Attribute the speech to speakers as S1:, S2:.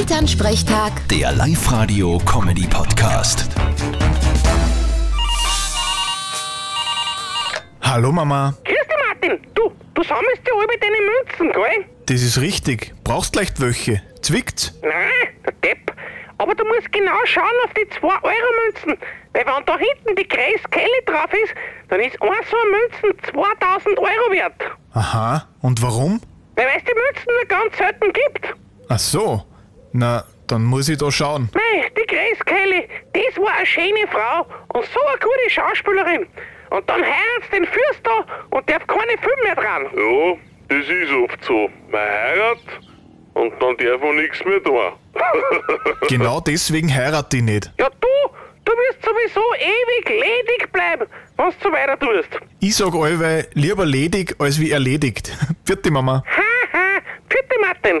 S1: Elternsprechtag,
S2: Der Live-Radio-Comedy-Podcast.
S3: Hallo Mama,
S4: Grüß dich, Martin. Du, du sammelst ja alle mit deinen Münzen, gell?
S3: das ist richtig. Brauchst leicht welche? Zwickt's?
S4: Nein, der Depp. Aber du musst genau schauen auf die 2-Euro-Münzen. Weil wenn da hinten die Grace Kelly drauf ist, dann ist ein so eine Münzen 2000 Euro wert.
S3: Aha, und warum?
S4: Weil es die Münzen nur ganz selten gibt.
S3: Ach so, na, dann muss ich da schauen.
S4: Nein, die Grace Kelly, das war eine schöne Frau und so eine gute Schauspielerin. Und dann heiratet sie den Fürst da und darf keine Filme mehr dran.
S5: Ja, das ist oft so. Man heiratet und dann darf man nichts mehr tun.
S3: Genau deswegen heirate ich nicht.
S4: Ja, du, du wirst sowieso ewig ledig bleiben, wenn du so weiter tust.
S3: Ich sag allweil lieber ledig als wie erledigt. Vierte Mama.
S4: Haha, bitte Martin.